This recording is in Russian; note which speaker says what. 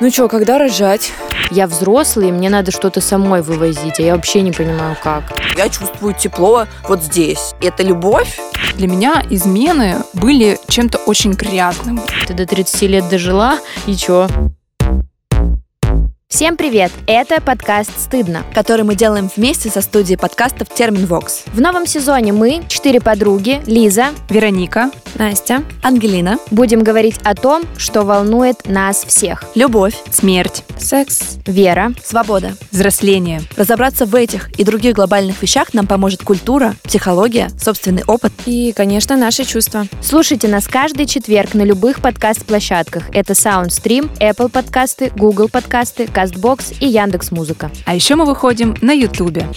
Speaker 1: Ну что, когда рожать?
Speaker 2: Я взрослый, и мне надо что-то самой вывозить, а я вообще не понимаю, как.
Speaker 3: Я чувствую тепло вот здесь. Это любовь?
Speaker 4: Для меня измены были чем-то очень грязным.
Speaker 2: Ты до 30 лет дожила, и чё? Всем привет! Это подкаст «Стыдно».
Speaker 3: Который мы делаем вместе со студией подкастов «Терминвокс».
Speaker 2: В новом сезоне мы, четыре подруги, Лиза,
Speaker 4: Вероника,
Speaker 2: Настя,
Speaker 3: Ангелина,
Speaker 2: будем говорить о том, что волнует нас всех.
Speaker 3: любовь,
Speaker 4: смерть,
Speaker 1: Секс.
Speaker 2: Вера,
Speaker 3: свобода.
Speaker 4: взросление.
Speaker 3: Разобраться в этих и других глобальных вещах нам поможет культура, психология, собственный опыт.
Speaker 1: И, конечно, наши чувства.
Speaker 2: слушайте нас каждый четверг на любых подкаст-площадках. Это SoundStream, Apple подкасты, Google подкасты, CastBox и Яндекс.Музыка.
Speaker 4: А еще мы выходим на Ютубе.